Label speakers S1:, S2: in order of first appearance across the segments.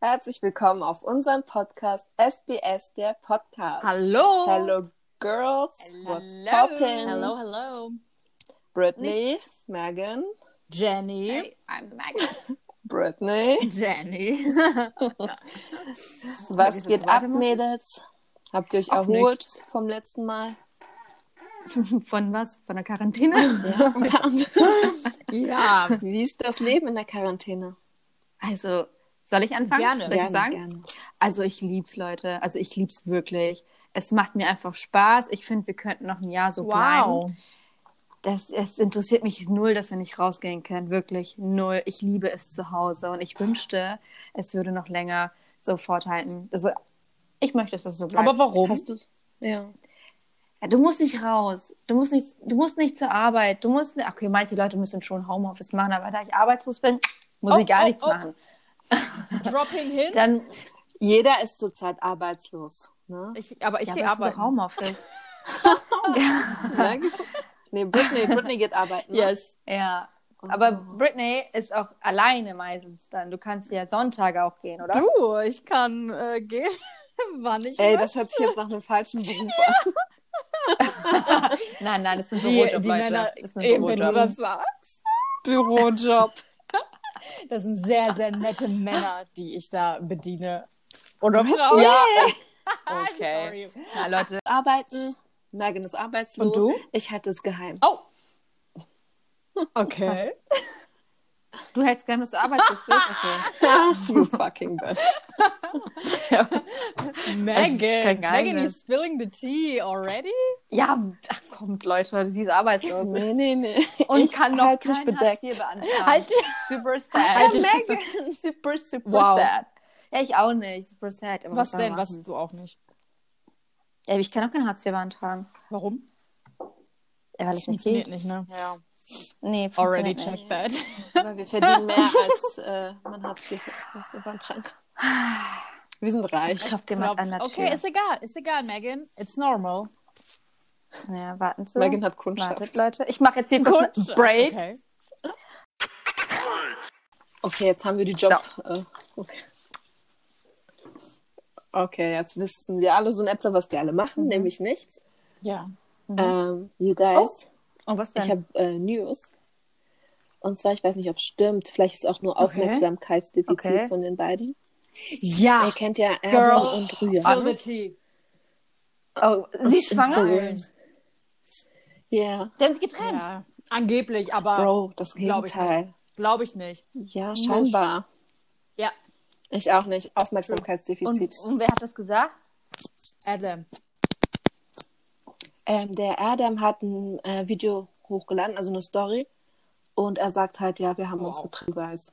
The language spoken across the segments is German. S1: Herzlich willkommen auf unserem Podcast SBS, der Podcast.
S2: Hallo.
S1: Hello Girls, what's poppin'?
S2: Hello, hello.
S1: Britney, Megan,
S2: Jenny.
S3: Hey, I'm Megan.
S1: Britney.
S2: Jenny.
S1: Was
S2: jetzt
S1: geht ab,
S2: weitermachen?
S1: Mädels? Habt ihr euch
S2: Auch
S1: erholt vom letzten Mal?
S2: Von was? Von der Quarantäne?
S1: Ja.
S2: ja.
S1: Wie ist das Leben in der Quarantäne?
S3: Also, soll ich anfangen?
S2: Gerne.
S3: Soll ich was sagen?
S1: gerne.
S3: Also, ich lieb's, Leute. Also, ich lieb's wirklich. Es macht mir einfach Spaß. Ich finde, wir könnten noch ein Jahr so
S2: Wow.
S3: bleiben. Das, es interessiert mich null, dass wir nicht rausgehen können. Wirklich null. Ich liebe es zu Hause und ich wünschte, es würde noch länger so forthalten. Also, ich möchte, dass das so bleibt.
S2: Aber warum?
S1: Hast du's? Ja.
S3: Ja, du musst nicht raus. Du musst nicht, du musst nicht zur Arbeit. Du musst nicht, okay, manche Leute müssen schon Homeoffice machen, aber da ich arbeitslos bin, muss
S2: Oh,
S3: ich gar
S2: oh,
S3: nichts
S2: oh.
S3: machen.
S2: Dropping Hints?
S3: Dann,
S1: Jeder ist zurzeit arbeitslos. Ne?
S2: ich, aber ich
S3: ja,
S2: gehe
S3: aber es ist
S2: arbeiten.
S3: doch Homeoffice. ne?
S1: Megan? nee, Britney, Britney geht arbeiten. ne? Oh.
S2: Yes.
S3: ja. Aber Britney ist auch alleine meistens dann. Du kannst ja Sonntage auch gehen, oder?
S2: Du, ich kann äh, gehen, wann ich
S1: Ey,
S2: will.
S1: das hört sich jetzt nach einem falschen Beruf an.
S3: Nein, nein, das sind
S2: die,
S3: Bürojob,
S2: die
S3: Leute.
S2: Männer,
S3: das ist ein
S2: eben, wenn du
S3: Bürojob.
S2: das sagst.
S1: Bürojob.
S2: Das sind sehr, sehr nette Männer, die ich da bediene. Genau. Oder Frauen.
S1: Ja.
S2: Okay.
S3: Sorry. Na, Leute.
S1: Arbeiten. Megan ist arbeitslos.
S2: Und du?
S1: Ich halte es geheim.
S2: Oh. Okay.
S3: Du hältst gern, dass du arbeitslos bist? Okay.
S1: You fucking bitch.
S2: Megan,
S3: kein Geheimnis.
S2: Megan is spilling the tea already.
S3: Ja, ach, kommt, Leute, sie ist arbeitslos.
S1: Nee, nee, nee.
S3: Und
S1: ich
S3: kann noch
S1: halt mich
S3: kein
S1: bedeckt.
S3: Hartz IV beantragen.
S2: Halt-
S3: super sad.
S2: Halt dich-
S3: super, super
S2: Wow.
S3: sad. Ja, ich auch nicht. Super sad. Aber
S2: Was
S3: soll man
S2: denn? Was
S3: machen?
S2: du auch nicht?
S3: Ja, aber ich kann auch kein Hartz IV beantragen.
S2: Warum?
S3: Ja, weil
S2: Das
S3: es nicht geht.
S2: funktioniert nicht, ne? Ja.
S3: Nee, funktioniert
S2: Already checked
S3: nicht.
S2: that.
S1: Aber wir verdienen mehr, als äh, man hat es aus der Bank krank. Wir sind
S3: Ich
S1: reich.
S3: hoffe, jemand an der Tür.
S2: Okay, ist egal. Ist egal, Megan. It's normal.
S3: ja, warten Sie.
S1: Megan hat Kundschaft.
S3: Wartet, Leute. Ich mache jetzt hier kurz einen Break.
S2: Okay.
S1: Okay, jetzt haben wir die Job. Äh, okay. okay, jetzt wissen wir alle so in etwa, was wir alle machen, nämlich nichts.
S2: Ja.
S1: Ähm, you guys,
S3: Oh, was
S1: ich
S3: denn?
S1: habe äh, News. Und zwar, ich weiß nicht, ob es stimmt. Vielleicht ist auch nur Aufmerksamkeitsdefizit
S3: Okay.
S1: von den beiden.
S2: Ja.
S1: Ihr kennt ja Erwin
S2: Girl.
S1: und Rühr.
S2: Fill the tea.
S3: Oh, sie ist schwanger?
S1: Instagram. Ja.
S3: Denn sie getrennt.
S2: Ja. Angeblich, aber
S1: Bro, das
S2: Glaub ich
S1: Gegenteil.
S2: glaube ich nicht.
S1: Ja, scheinbar.
S2: Ja.
S1: Ich auch nicht.
S3: Und,
S1: Aufmerksamkeitsdefizit.
S3: und wer hat das gesagt?
S2: Adam.
S1: Ähm, der Adam hat ein äh, Video hochgeladen, also eine Story. Und er sagt halt, ja, wir haben uns
S2: Wow.
S1: getrennt, guys.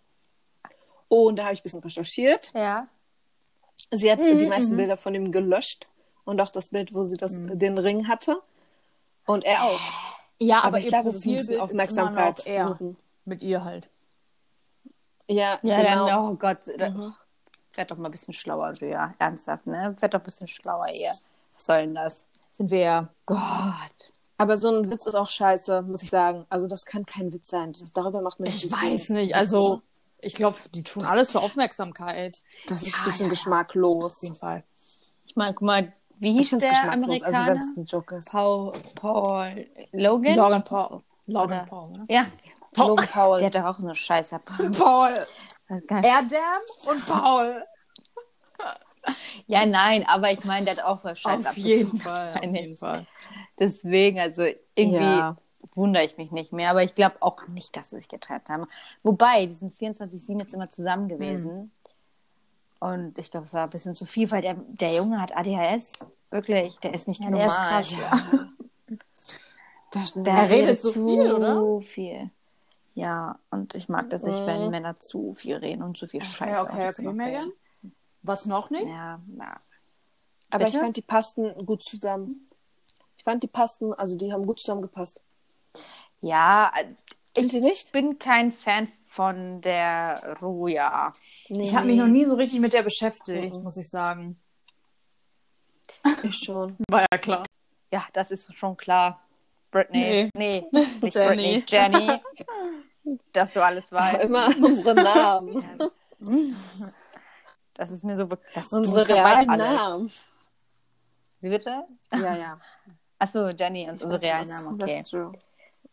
S1: Und da habe ich ein bisschen recherchiert.
S3: Ja.
S1: Sie hat die meisten Bilder von ihm gelöscht. Und auch das Bild, wo sie das, den Ring hatte. Und er auch.
S2: Ja,
S1: Aber
S2: aber,
S1: ich
S2: ihr
S1: glaube, es ist ein
S2: Profilbild
S1: bisschen
S2: ist
S1: Aufmerksamkeit
S2: immer noch
S1: suchen.
S2: er. Mit ihr halt.
S1: Ja,
S3: Ja,
S1: genau.
S3: dann, oh Gott, da, werd doch mal ein bisschen schlauer, Julia. Ernsthaft, ne? Werd doch ein bisschen schlauer, ihr. Was soll denn das?
S2: Sind wir ja.
S3: Gott.
S1: Aber so ein Witz ist auch scheiße, muss ich sagen. Also das kann kein Witz sein. Das- Darüber macht man
S2: Ich
S1: nicht so-
S2: weiß nicht. Also, ich glaube, die tun alles für Aufmerksamkeit.
S1: Das ist ein bisschen geschmacklos.
S2: Auf jeden Fall.
S3: Ich meine, guck mal, wie
S1: Ich
S3: hieß
S1: finde es
S3: der
S1: geschmacklos, also
S3: Amerikaner?
S1: wenn es ein Joke ist.
S3: Paul, Paul Logan?
S2: Logan Paul. Logan
S3: Oder-
S2: Paul, ne? oder?
S3: Ja.
S1: Logan Paul.
S3: Der hat doch auch so eine Scheiße.
S2: Paul. Erdem und Paul.
S3: Ja, nein, aber ich meine, der hat auch eine Scheiße
S2: Auf jeden
S3: abgezogen.
S2: Fall. Auf
S3: Meine
S2: jeden Fall.
S3: Deswegen, also irgendwie
S1: Ja.
S3: wundere ich mich nicht mehr, aber ich glaube auch nicht, dass sie sich getrennt haben. Wobei, die sind 24-7 jetzt immer zusammen gewesen. Und ich glaube, es war ein bisschen zu viel, weil der, der Junge hat ADHS. Wirklich, der ist nicht normal.
S2: der ist krass, ja.
S1: Der
S3: Der
S2: Er redet so viel, oder?
S3: Zu viel. Ja, und ich mag das nicht, wenn Männer zu viel reden und zu viel Scheiße.
S2: okay,
S3: und zu
S2: okay,
S3: viel-
S2: Megan. Was noch nicht?
S3: Ja, na.
S1: Aber ich
S3: Bitte?
S1: fand, die passten gut zusammen. Ich fand, die passten, also die haben gut zusammengepasst.
S3: ja also
S1: Sind die nicht?
S3: ich bin kein Fan von der Ruja.
S1: Nee,
S2: Ich habe mich noch nie so richtig mit der beschäftigt, muss ich sagen.
S1: Ich schon.
S2: War ja klar.
S3: Ja, das ist schon klar. Britney. Nee, nicht
S2: Jenny.
S3: Britney. Jenny.
S1: Also,
S3: dass du alles weißt.
S1: Immer unsere Namen.
S3: Das ist mir so be- das ist
S1: Unsere
S3: mir rabatt
S1: realen
S3: alles.
S1: Namen.
S3: Wie bitte?
S1: Ja, ja.
S3: Achso, Jenny und unsere realen Namen, okay.
S1: That's true.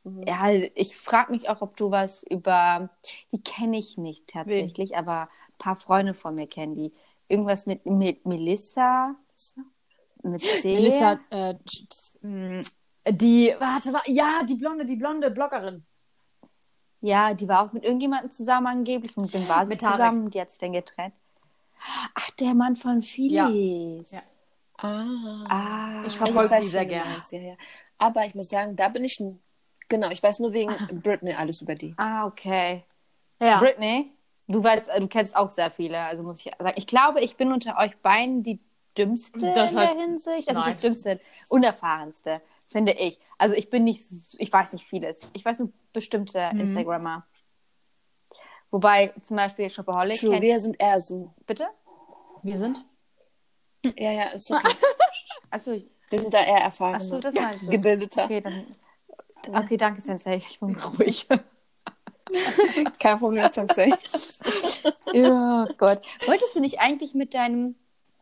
S3: Ja, also ich frage mich auch, ob du was über, die kenne ich nicht tatsächlich, aber ein paar Freunde von mir kennen die. Irgendwas mit, mit Melissa, mit C.
S2: Melissa, äh, tsch- tsch- mh, die, warte, wa- ja, die blonde, die blonde Bloggerin.
S3: Ja, die war auch mit irgendjemandem zusammen angeblich, mit dem war sie
S2: Mit Tarek.
S3: zusammen, die hat sich dann getrennt. Ach, der Mann von Phyllis.
S2: Ja.
S1: Ah.
S3: Ah,
S2: Ich
S1: Jetzt
S2: verfolge
S1: weiß
S2: die
S1: ich,
S2: sehr
S1: wen du
S2: gerne.
S1: meinst, Ja, ja. Aber ich muss sagen, da bin ich ein. Genau, ich weiß nur wegen Britney alles über die.
S3: ah, okay.
S2: Ja.
S3: Britney, du weißt, du kennst auch sehr viele, also muss ich sagen. Ich glaube, ich bin unter euch beiden die dümmste
S2: Das
S3: in
S2: heißt-
S3: der Hinsicht. Das
S2: nein.
S3: ist das dümmste, unerfahrenste, finde ich. Also ich bin nicht, s- ich weiß nicht vieles. Ich weiß nur bestimmte
S2: Mhm.
S3: Instagrammer. Wobei zum Beispiel Shopaholic
S1: True,
S3: kennt,
S1: wir sind eher so.
S3: bitte?
S2: Wir sind?
S1: Ja, ja, ist okay.
S3: Achso,
S1: Wir sind da eher erfahren.
S3: achso, das meinst du.
S1: Gebildeter.
S3: Okay, dann. Okay, danke, Sensei. Ich bin ruhig.
S1: Kein Problem, Sensei.
S3: ja, Gott. Wolltest du nicht eigentlich mit deinem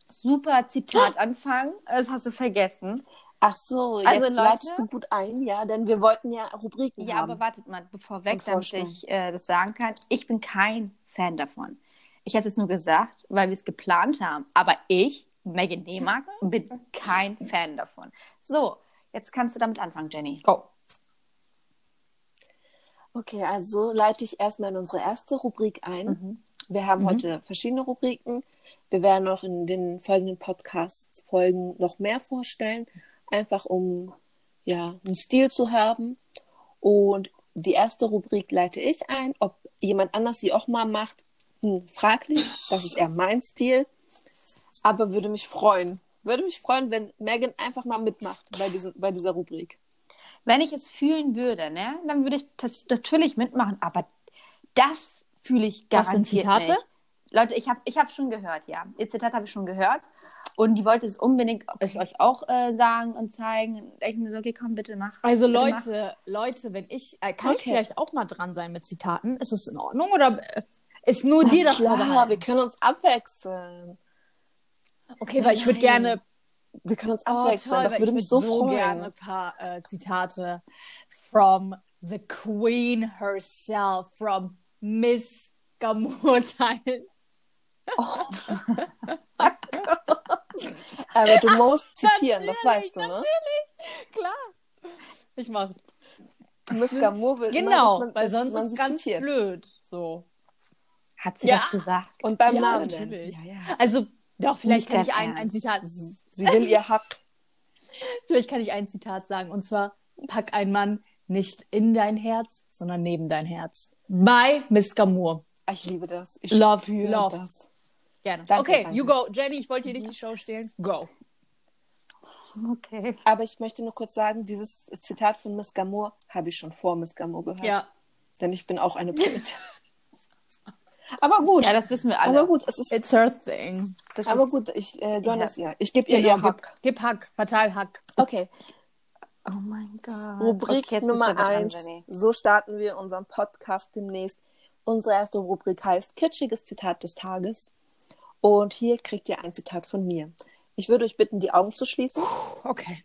S3: super Zitat anfangen? Das hast du vergessen.
S1: Ach so,
S3: Also,
S1: jetzt
S3: Leute-
S1: leitest du gut ein, ja, denn wir wollten ja Rubriken
S3: Ja,
S1: haben.
S3: aber wartet mal, bevor weg,
S1: Und
S3: damit
S1: vorstellen.
S3: ich äh, das sagen kann. Ich bin kein Fan davon. Ich hatte es nur gesagt, weil wir es geplant haben. Aber ich, Megan Nehmark, bin kein Fan davon. So, jetzt kannst du damit anfangen, Jenny.
S2: Go.
S1: Okay, also leite ich erstmal in unsere erste Rubrik ein.
S3: Mhm.
S1: Wir haben heute verschiedene Rubriken. Wir werden auch in den folgenden Podcast-Folgen noch mehr vorstellen, einfach um ja, einen Stil zu haben. Und die erste Rubrik leite ich ein. Ob jemand anders die auch mal macht, hm, fraglich. Das ist eher mein Stil. Aber würde mich freuen. Würde mich freuen, wenn Megan einfach mal mitmacht bei, diesem, bei dieser Rubrik.
S3: Wenn ich es fühlen würde, ne, dann würde ich das natürlich mitmachen, aber das fühle ich
S2: Was
S3: garantiert
S2: sind Zitate?
S3: nicht. Leute, ich habe ich hab schon gehört, ja. Ihr Zitat habe ich schon gehört und die wollte es unbedingt ich euch auch äh, sagen und zeigen. Und ich mir so, okay, komm, bitte mach.
S2: Also
S3: bitte mach.
S2: Leute, Leute, wenn ich, äh, kann ich
S1: Okay.
S2: vielleicht auch mal dran sein mit Zitaten? Ist es in Ordnung oder äh, ist nur dir das
S1: Klar, wir
S2: vorbehalten?
S1: können uns abwechseln.
S2: Okay, weil ich würde gerne,
S1: Wir können uns
S2: oh,
S1: abwechseln.
S2: toll,
S1: Oh, das
S2: weil
S1: würde
S2: ich
S1: mich
S2: würd
S1: so,
S2: so
S1: freuen.
S2: gerne ein paar äh, Zitate from the Queen herself, from Miss Gamurteil.
S1: Aber du musst zitieren, das weißt du, ne?
S2: Klar. Ich mach's.
S1: Miss Gamur will immer, dass
S2: Genau,
S1: Äh, man,
S2: weil
S1: dass
S2: sonst
S1: man
S2: ist
S1: sie
S2: ganz
S1: zitiert.
S2: blöd. So.
S3: Hat sie
S2: Ja.
S3: das gesagt?
S1: Und beim
S2: Ja,
S1: Namen.
S2: natürlich.
S1: Ja, ja.
S2: Also, doch, vielleicht
S3: Nicht
S2: kann ich
S3: dein
S2: ein, ein
S3: Ernst.
S2: Zitat
S1: Sie will ihr Hack.
S2: Vielleicht kann ich ein Zitat sagen und zwar: Pack einen Mann nicht in dein Herz, sondern neben dein Herz. Bei Miss Gamour.
S1: Ah, Ich liebe das. Ich
S2: Love,
S1: spüre
S2: love.
S1: das.
S2: Gerne.
S1: Danke,
S2: okay,
S1: danke.
S2: you go. Jenny, ich wollte dir nicht die Show stehlen. Go.
S3: Okay.
S1: Aber ich möchte nur kurz sagen, dieses Zitat von Miss Gamur habe ich schon vor Miss Gamur gehört.
S2: Ja.
S1: Denn ich bin auch eine Poetin. aber gut.
S3: Ja, das wissen wir alle.
S1: aber gut, es ist.
S2: It's her thing.
S3: Das
S1: aber
S3: ist-
S1: gut, ich äh, gönne
S3: Ja.
S1: es ihr. Ich gebe ihr ihr
S2: gib,
S1: Hack.
S2: gib Hack, verteil Hack.
S1: Okay.
S3: Oh mein Gott.
S1: Rubrik
S3: Okay, jetzt bist du
S1: Nummer
S3: dran,
S1: eins.
S3: Jenny.
S1: So starten wir unseren Podcast demnächst. Unsere erste Rubrik heißt Kitschiges Zitat des Tages. Und hier kriegt ihr ein Zitat von mir. Ich würde euch bitten, die Augen zu schließen
S2: Okay.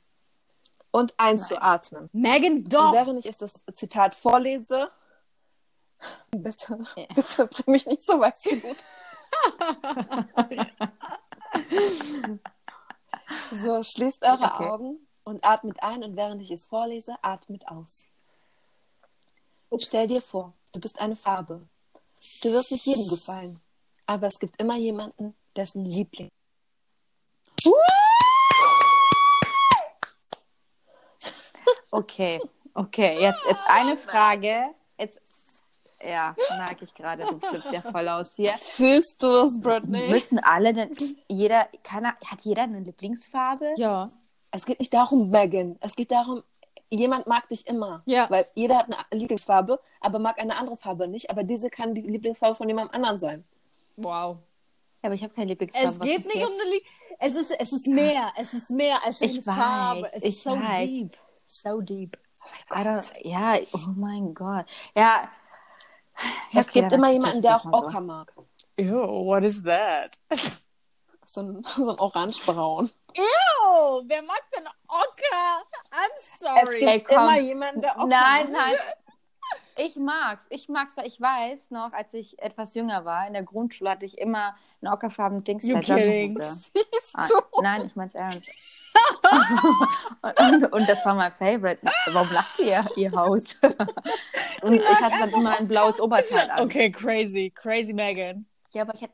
S1: und einzuatmen.
S2: Megan,
S1: Und
S2: doch.
S1: während ich jetzt das Zitat vorlese, bitte,
S3: Ja.
S1: bitte bring mich nicht so weißglut. so, schließt eure
S3: Okay.
S1: Augen und atmet ein und während ich es vorlese, atmet aus. Stell dir vor, du bist eine Farbe. Du wirst nicht jedem gefallen, aber es gibt immer jemanden, dessen Liebling.
S3: Okay, okay. Jetzt, jetzt eine Frage. Jetzt, ja, merke ich gerade, du flippst ja voll aus hier.
S1: Fühlst du es, Britney?
S3: Müssen alle denn, jeder, keiner, hat jeder eine Lieblingsfarbe?
S2: Hm. Ja.
S1: Es geht nicht darum, Megan. Es geht darum, jemand mag dich immer.
S2: Ja.
S1: Weil jeder hat eine Lieblingsfarbe, aber mag eine andere Farbe nicht. Aber diese kann die Lieblingsfarbe von jemandem anderen sein.
S2: Wow.
S3: Ja, aber ich habe keine Lieblingsfarbe.
S2: Es
S3: was
S2: geht
S3: ist
S2: nicht
S3: hier?
S2: um die Lie Es ist, es ist mehr. Es ist mehr als
S3: Ich
S2: eine
S3: weiß,
S2: Farbe. Es
S3: ich
S2: ist so
S3: weiß.
S2: deep. So deep.
S3: I don't- Ja, oh mein Gott. Ja.
S1: es
S3: okay,
S1: gibt
S3: dann
S1: immer
S3: akzeptiere ich
S1: jemanden,
S3: das
S1: der
S3: jetzt
S1: auch
S3: mal so.
S1: Ocker mag.
S2: Ew, what is that?
S1: So ein, so ein orangebraun.
S2: Oh, wer mag denn Ocker? I'm
S1: Es
S2: sorry.
S1: gibt
S3: Ey, komm.
S1: immer jemanden, der auch
S3: Nein, nein. Ich mag's. Ich mag's, weil ich weiß noch, als ich etwas jünger war, in der Grundschule hatte ich immer einen ockerfarbenen Dings in
S2: You
S3: der
S2: kidding.
S3: Jogginghose. Ah, nein, ich mein's ernst. und, und, und das war mein Favorite. Warum lacht ihr, ihr Haus? und ich hatte dann immer ein blaues Oberteil an.
S2: Okay, crazy. Crazy Megan.
S3: Ja, aber ich hatte,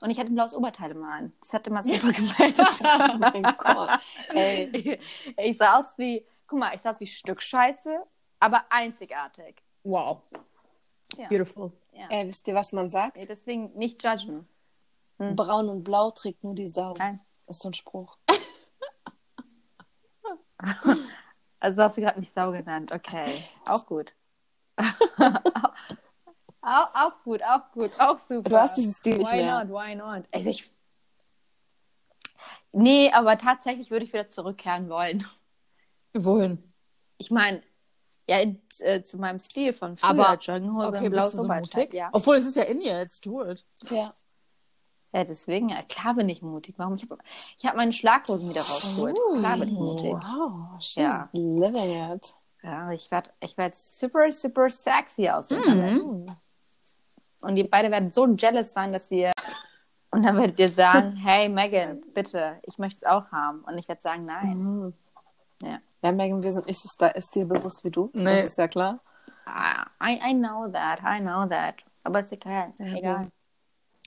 S3: und ich hatte ein blaues Oberteil immer an. Das hat immer super gematcht.
S1: Oh mein Gott. Ey,
S3: ich sah aus wie, guck mal, ich sah aus wie Stück Scheiße, aber einzigartig.
S2: Wow.
S3: Ja.
S2: Beautiful.
S3: Ja.
S1: ey, wisst ihr, was man sagt?
S3: Nee, deswegen nicht judgen.
S1: Braun und blau trägt nur die Sau.
S3: Hm. Nein.
S1: Ist so ein Spruch.
S3: Also hast du gerade mich Sau genannt. Okay, auch gut. auch, auch gut, auch gut, auch super.
S1: Du hast diesen Stil nicht
S2: Why
S1: mehr.
S2: not? Why not?
S3: also ich... Nee, aber tatsächlich würde ich wieder zurückkehren wollen.
S2: Wohin?
S3: Ich meine, ja, in, äh, zu meinem Stil von früher,
S2: Aber-
S3: Jogginghose
S2: Okay,
S3: und
S2: bist
S3: blaues
S2: du so
S3: Oberteil.
S2: mutig?
S3: Ja.
S2: Obwohl, es ist ja in ihr, jetzt do it.
S1: Ja.
S3: ja, deswegen, ja, klar bin ich mutig. Warum? Ich habe ich hab meine Schlaghosen wieder rausgeholt. Klar bin ich
S1: Oh.
S3: mutig.
S1: Wow, she's
S3: Ja.
S1: living it.
S3: Ja, ich werde ich werd super, super sexy aussehen.
S1: Mm.
S3: damit.
S1: Hm.
S3: Und ihr beide werden so jealous sein, dass ihr. Und dann werdet ihr sagen: Hey, Megan, bitte, ich möchte es auch haben. Und ich werde sagen: Nein.
S1: Mhm.
S3: Ja.
S1: Ja, Megan, wir sind nicht so star- ist dir bewusst wie du.
S2: Nee.
S1: Das ist ja klar.
S3: I, I know that, I know that. Aber ist egal.
S1: Ja,
S3: egal.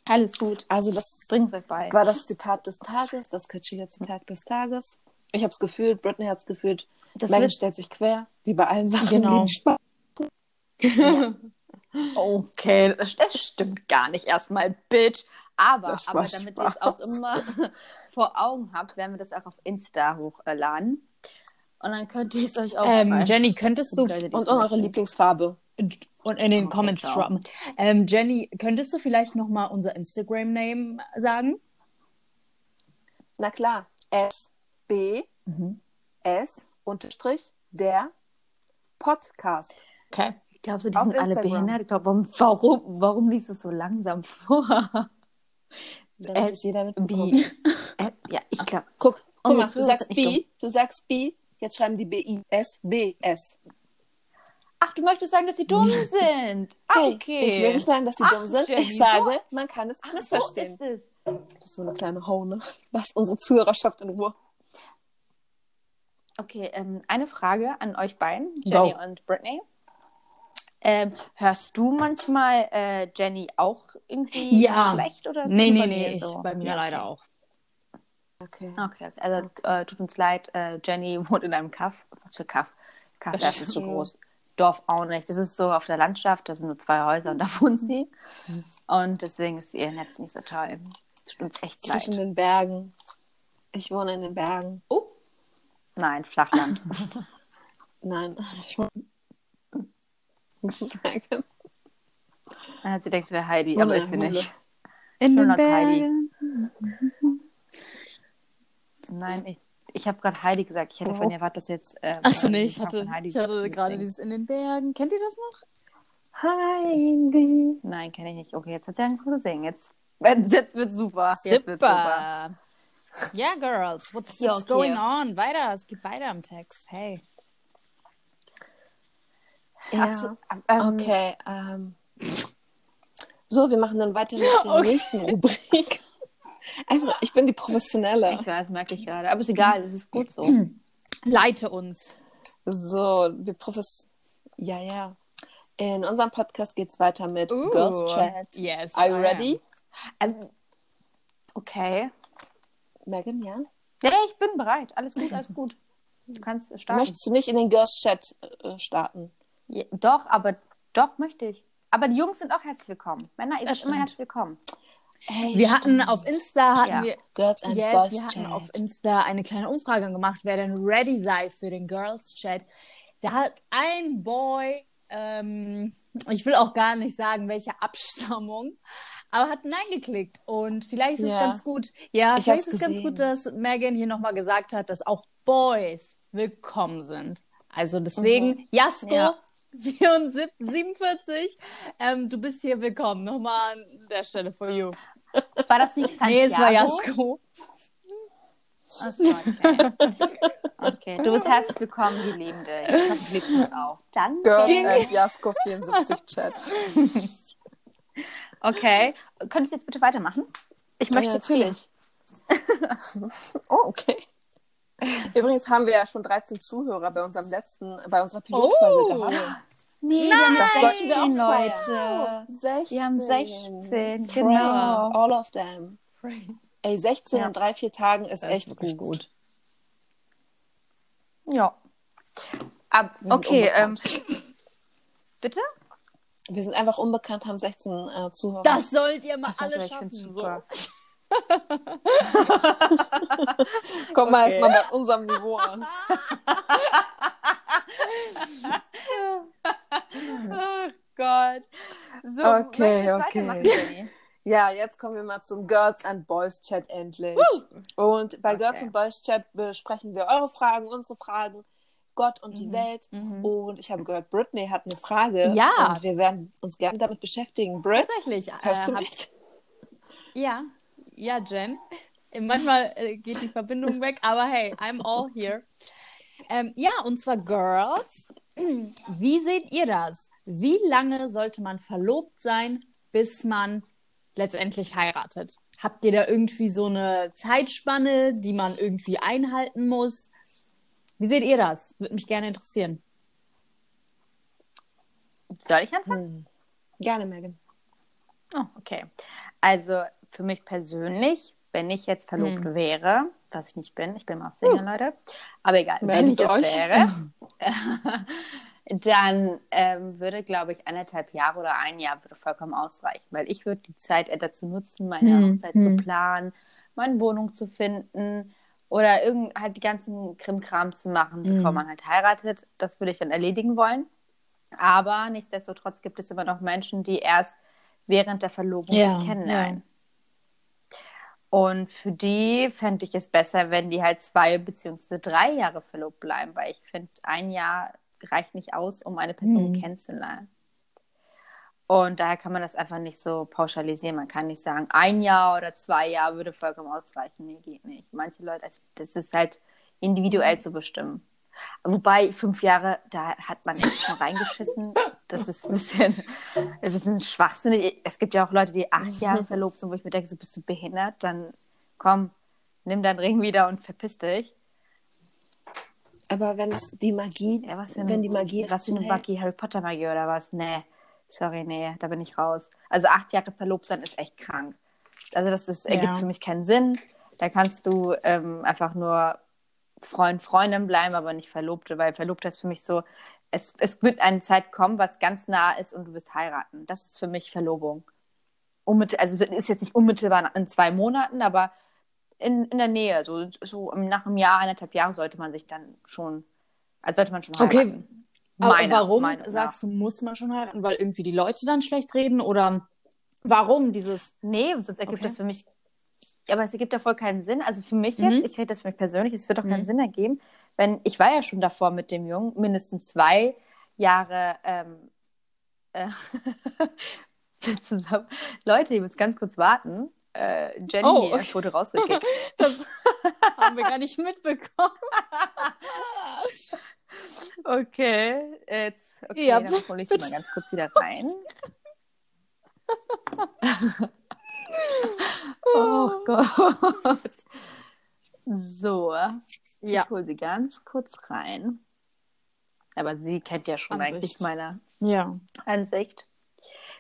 S3: Alles gut.
S1: Also das
S3: Bring's euch bei.
S1: war das Zitat des Tages, das kitschige Zitat des Tages. Ich habe es gefühlt, Britney hat es gefühlt.
S3: Das
S1: Megan
S3: wird-
S1: stellt sich quer, wie bei allen Sachen.
S2: Genau.
S1: die Spaß-
S3: Okay, das, das stimmt gar nicht erstmal, Bitch. Aber,
S1: Das war
S3: aber damit ihr es auch immer vor Augen habt, werden wir das auch auf Insta hochladen. Und dann könnt ihr es euch auch
S2: Ähm,
S3: schreiben.
S2: Jenny, könntest du
S3: Leute, die
S1: Und
S3: es möchten.
S1: eure Lieblingsfarbe.
S2: und in den
S3: Oh, Okay,
S2: Comments
S3: ciao.
S2: droppen. Ähm, Jenny, könntest du vielleicht noch mal unser Instagram-Name sagen?
S1: Na klar, S, B, Mhm. S, Unterstrich, der Podcast.
S2: Okay.
S3: Ich glaube, so, die
S1: Auf
S3: sind alle
S1: Instagram.
S3: behindert. Ich glaube, warum, warum, warum liest du es so langsam vor?
S1: Damit
S3: S,
S1: es jeder mitbekommt.
S3: Wie? äh, ja, ich glaube.
S1: Guck, guck
S3: Unsere
S1: mal, du
S3: Zuhörer
S1: sagst
S3: sind nicht
S1: B, du sagst B, jetzt schreiben die B, I, S, B, S.
S3: Ach, du möchtest sagen, dass sie dumm sind. Ah,
S1: Hey,
S3: okay.
S1: Ich will nicht sagen, dass sie
S3: Ach,
S1: dumm sind.
S3: Jenny,
S1: ich sage, man kann es
S3: Ach, so
S1: missverstehen.
S3: ist es.
S1: das ist so eine kleine Haune. Lass unsere Zuhörerschaft in Ruhe.
S3: Okay, ähm, eine Frage an euch beiden,
S2: Go.
S3: Jenny und Brittany. Ähm, hörst du manchmal äh, Jenny auch irgendwie
S2: Ja.
S3: schlecht oder ist
S2: Nee,
S3: es
S2: nee,
S3: nur
S2: nee,
S3: mir
S2: ich,
S3: so?
S2: bei mir
S3: Ja,
S2: leider
S3: okay.
S2: auch.
S1: Okay.
S3: Okay, okay. also äh, tut uns leid, äh, Jenny wohnt in einem Kaff. Was für Kaff? Kaff das ist so groß. Dorf auch nicht. Das ist so auf der Landschaft, da sind nur zwei Häuser und da wohnt sie. Und deswegen ist ihr Netz nicht so toll. Tut uns echt
S1: Zwischen
S3: leid.
S1: den Bergen. Ich wohne in den Bergen.
S2: Oh,
S3: Nein, Flachland.
S1: Nein, ich wohne. Danke.
S3: Dann hat sie denkt, es wäre Heidi,
S1: Nur
S3: aber
S1: in
S3: ist sie
S1: der Höhle.
S3: nicht.
S2: in
S3: Nur
S2: den
S3: noch Heidi.
S2: Bergen.
S3: Nein, ich, ich habe gerade Heidi gesagt. Ich hätte von dir erwartet, dass du jetzt. Äh,
S2: Achso, Oh. nee,
S3: den
S2: ich
S3: Song
S2: hatte,
S3: von Heidi
S2: ich hatte gerade
S3: mitsingst.
S2: dieses in den Bergen. Kennt ihr das noch?
S1: Heidi.
S3: Nein, kenne ich nicht. Okay, jetzt hat sie einfach gesungen. Jetzt, jetzt wird super. Jetzt wird super.
S2: Yeah, girls, what's,
S3: Ja,
S2: what's
S3: okay.
S2: going on? Weiter, es geht weiter im Text. Hey.
S1: Ja.
S3: Ach so, ähm,
S1: Okay. Ähm. So, wir machen dann weiter mit der
S2: Okay.
S1: nächsten Rubrik. Einfach, ich bin die Professionelle.
S3: Ich weiß, merke ich gerade. Aber ist egal, es ist gut so.
S2: Leite uns.
S1: So, die Profis. Ja, ja. In unserem Podcast geht's weiter mit
S2: Ooh,
S1: Girls Chat.
S2: yes,
S1: Are you
S2: I
S1: ready?
S3: Ähm, okay.
S1: Megan, ja?
S3: Ja, ich bin bereit. Alles gut, alles gut. Du kannst starten.
S1: Möchtest du nicht in den Girls Chat äh, starten?
S3: Ja, doch, aber doch möchte ich. Aber die Jungs sind auch herzlich willkommen. Männer, ihr
S2: Das
S3: seid immer
S2: stimmt.
S3: herzlich willkommen.
S1: Hey,
S2: Wir hatten
S1: stimmt.
S2: auf Insta hatten
S3: Ja.
S2: wir
S1: Girls and
S2: Yes,
S1: Boys
S2: wir hatten
S1: Chat.
S2: auf Insta eine kleine Umfrage gemacht, wer denn ready sei für den Girls Chat. Da hat ein Boy, ähm, ich will auch gar nicht sagen, welche Abstammung, aber hat Nein geklickt. Und vielleicht ist
S1: Ja.
S2: es ganz gut, ja,
S1: Ich
S2: vielleicht
S1: hab's
S2: ist es ganz
S1: gesehen.
S2: gut, dass Megan hier nochmal
S1: Mhm.
S2: gesagt hat, dass auch Boys willkommen sind. Also deswegen, Jasko,
S3: Ja.
S2: 74, 47. Ähm, du bist hier willkommen. Nochmal an der Stelle for you.
S3: War das nicht Santiago?
S2: Nee, es war Jasko.
S3: Ach so, okay. okay, du bist herzlich willkommen, die Lebende. Ich hoffe, du liebst uns auch. Danke.
S4: Girls at Jasko 74 Chat.
S3: Okay, könntest du jetzt bitte weitermachen? Ich
S1: Ja,
S3: möchte
S1: natürlich.
S4: Oh, okay. Übrigens haben wir ja schon 13 Zuhörer bei unserem letzten, bei unserer Pilotfolge
S2: Oh.
S4: gehabt.
S3: Nee, wir haben
S4: Das sollten wir
S3: 16
S4: auch
S3: Leute.
S1: 16.
S3: Wir haben 16,
S1: Friends,
S3: genau.
S1: all of them. Ey, 16
S3: Ja.
S1: in drei, vier Tagen ist echt
S4: wirklich
S1: gut.
S3: Ja. Ab,
S1: sind
S3: okay, ähm, bitte?
S1: Wir sind einfach unbekannt, haben 16 äh, Zuhörer.
S2: Das sollt ihr mal alle
S3: Ich
S2: schaffen.
S3: find's
S2: So.
S3: super.
S4: Komm mal erst mal bei unserem Niveau an.
S3: Ach Oh Gott. So,
S4: Okay,
S3: möchtest du
S4: okay.
S3: weitermachen, Jenny?
S4: Ja, jetzt kommen wir mal zum Girls and Boys Chat endlich. Und bei Girls
S3: Okay.
S4: and Boys Chat besprechen wir eure Fragen, unsere Fragen, Gott und die Welt. Und ich habe gehört, Britney hat eine Frage.
S2: Ja.
S4: Und wir werden uns gerne damit beschäftigen. Brit,
S2: Tatsächlich. Äh,
S4: hörst du
S2: hab-
S4: mich?
S2: ja, ja, Jen. Manchmal äh, geht die Verbindung weg, aber hey, I'm all here. Ähm, ja, und zwar Girls. Wie seht ihr das? Wie lange sollte man verlobt sein, bis man letztendlich heiratet? Habt ihr da irgendwie so eine Zeitspanne, die man irgendwie einhalten muss? Wie seht ihr das? Würde mich gerne interessieren.
S3: Soll ich anfangen?
S1: Gerne, Megan.
S3: Oh, okay. Also für mich persönlich, wenn ich jetzt verlobt wäre, was ich nicht bin, ich bin auch Single, Leute, aber egal, wenn ich
S4: Meldet
S3: es
S4: euch.
S3: wäre, dann ähm, würde, glaube ich, anderthalb Jahre oder ein Jahr würde vollkommen ausreichen, weil ich würde die Zeit eher dazu nutzen, meine
S2: Hm,
S3: Hochzeit
S2: hm.
S3: zu planen, meine Wohnung zu finden oder irgend halt die ganzen Krimkram zu machen, bevor
S2: Mhm.
S3: man halt heiratet. Das würde ich dann erledigen wollen. Aber nichtsdestotrotz gibt es immer noch Menschen, die erst während der Verlobung
S2: Ja,
S3: sich kennenlernen. Und für die fände ich es besser, wenn die halt zwei beziehungsweise drei Jahre verlobt bleiben, weil ich finde, ein Jahr reicht nicht aus, um eine Person kennenzulernen. Und daher kann man das einfach nicht so pauschalisieren. Man kann nicht sagen, ein Jahr oder zwei Jahre würde vollkommen ausreichen. Nee, geht nicht. Manche Leute, also das ist halt individuell zu bestimmen. Wobei fünf Jahre, da hat man echt schon reingeschissen. Das ist ein bisschen, ein bisschen schwachsinnig. Es gibt ja auch Leute, die acht Jahre verlobt sind, wo ich mir denke, so bist du behindert? Dann komm, nimm deinen Ring wieder und verpiss dich.
S1: Aber wenn es die Magie,
S3: Ja, was für eine,
S1: wenn die Magie es
S3: was für eine
S1: zuhält.
S3: Magie, Harry Potter Magie oder was? Nee, sorry, nee, da bin ich raus. Also acht Jahre verlobt sein ist echt krank. Also das ist, ergibt
S2: Ja.
S3: für mich keinen Sinn. Da kannst du ähm, einfach nur Freund, Freundin bleiben, aber nicht Verlobte, weil Verlobter ist für mich so, es, es wird eine Zeit kommen, was ganz nah ist und du wirst heiraten. Das ist für mich Verlobung. Unmittel, also ist jetzt nicht unmittelbar in zwei Monaten, aber in, in der Nähe, so, so im- nach einem Jahr, anderthalb Jahren sollte man sich dann schon, also sollte man schon
S2: Okay.
S3: heiraten.
S2: Aber
S3: Meiner
S2: warum
S3: Meinung nach.
S2: sagst du, muss man schon heiraten? Weil irgendwie die Leute dann schlecht reden? Oder warum dieses?
S3: Nee, sonst ergibt
S2: Okay.
S3: das für mich. Ja, Aber es ergibt ja voll keinen Sinn. Also für mich
S2: Mhm.
S3: jetzt, ich rede das für mich persönlich, es wird doch keinen Sinn ergeben, wenn ich war ja schon davor mit dem Jungen mindestens zwei Jahre ähm, äh, zusammen. Leute, ihr müsst ganz kurz warten. Äh, Jenny
S2: Oh, okay.
S3: wurde rausgekickt.
S2: Das haben wir gar nicht mitbekommen.
S3: Okay, jetzt okay,
S2: Ja,
S3: dann hole ich sie mal ganz kurz wieder rein. oh Gott. So,
S2: Ja.
S3: ich hole sie ganz kurz rein. Aber sie kennt ja schon
S2: Ansicht.
S3: eigentlich meine
S2: Ja.
S3: Ansicht.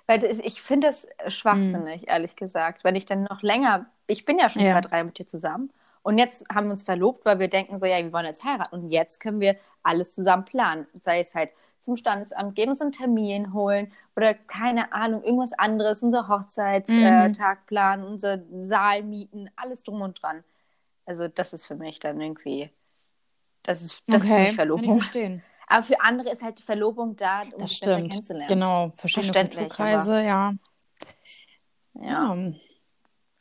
S3: Weil das, ich finde das äh,
S2: Hm.
S3: schwachsinnig, ehrlich gesagt. Wenn ich dann noch länger, ich bin ja schon
S2: Ja.
S3: zwei, drei mit dir zusammen. Und jetzt haben wir uns verlobt, weil wir denken so, ja, wir wollen jetzt heiraten. Und jetzt können wir alles zusammen planen. Sei es halt zum Standesamt gehen, uns einen Termin holen oder keine Ahnung, irgendwas anderes, unser Hochzeitstag äh,
S2: Hm.
S3: Tag planen, unser Saal mieten, alles drum und dran. Also das ist für mich dann irgendwie, das ist, das ist für mich
S2: Kann
S3: Verlobung.
S2: ich verstehen.
S3: Aber für andere ist halt die Verlobung da, um
S2: Das
S3: sich besser
S2: stimmt.
S3: kennenzulernen.
S2: Genau. Verschiedene
S3: Verständlich,
S2: Kulturkreise, ja. Hm.
S3: Ja,
S2: ja.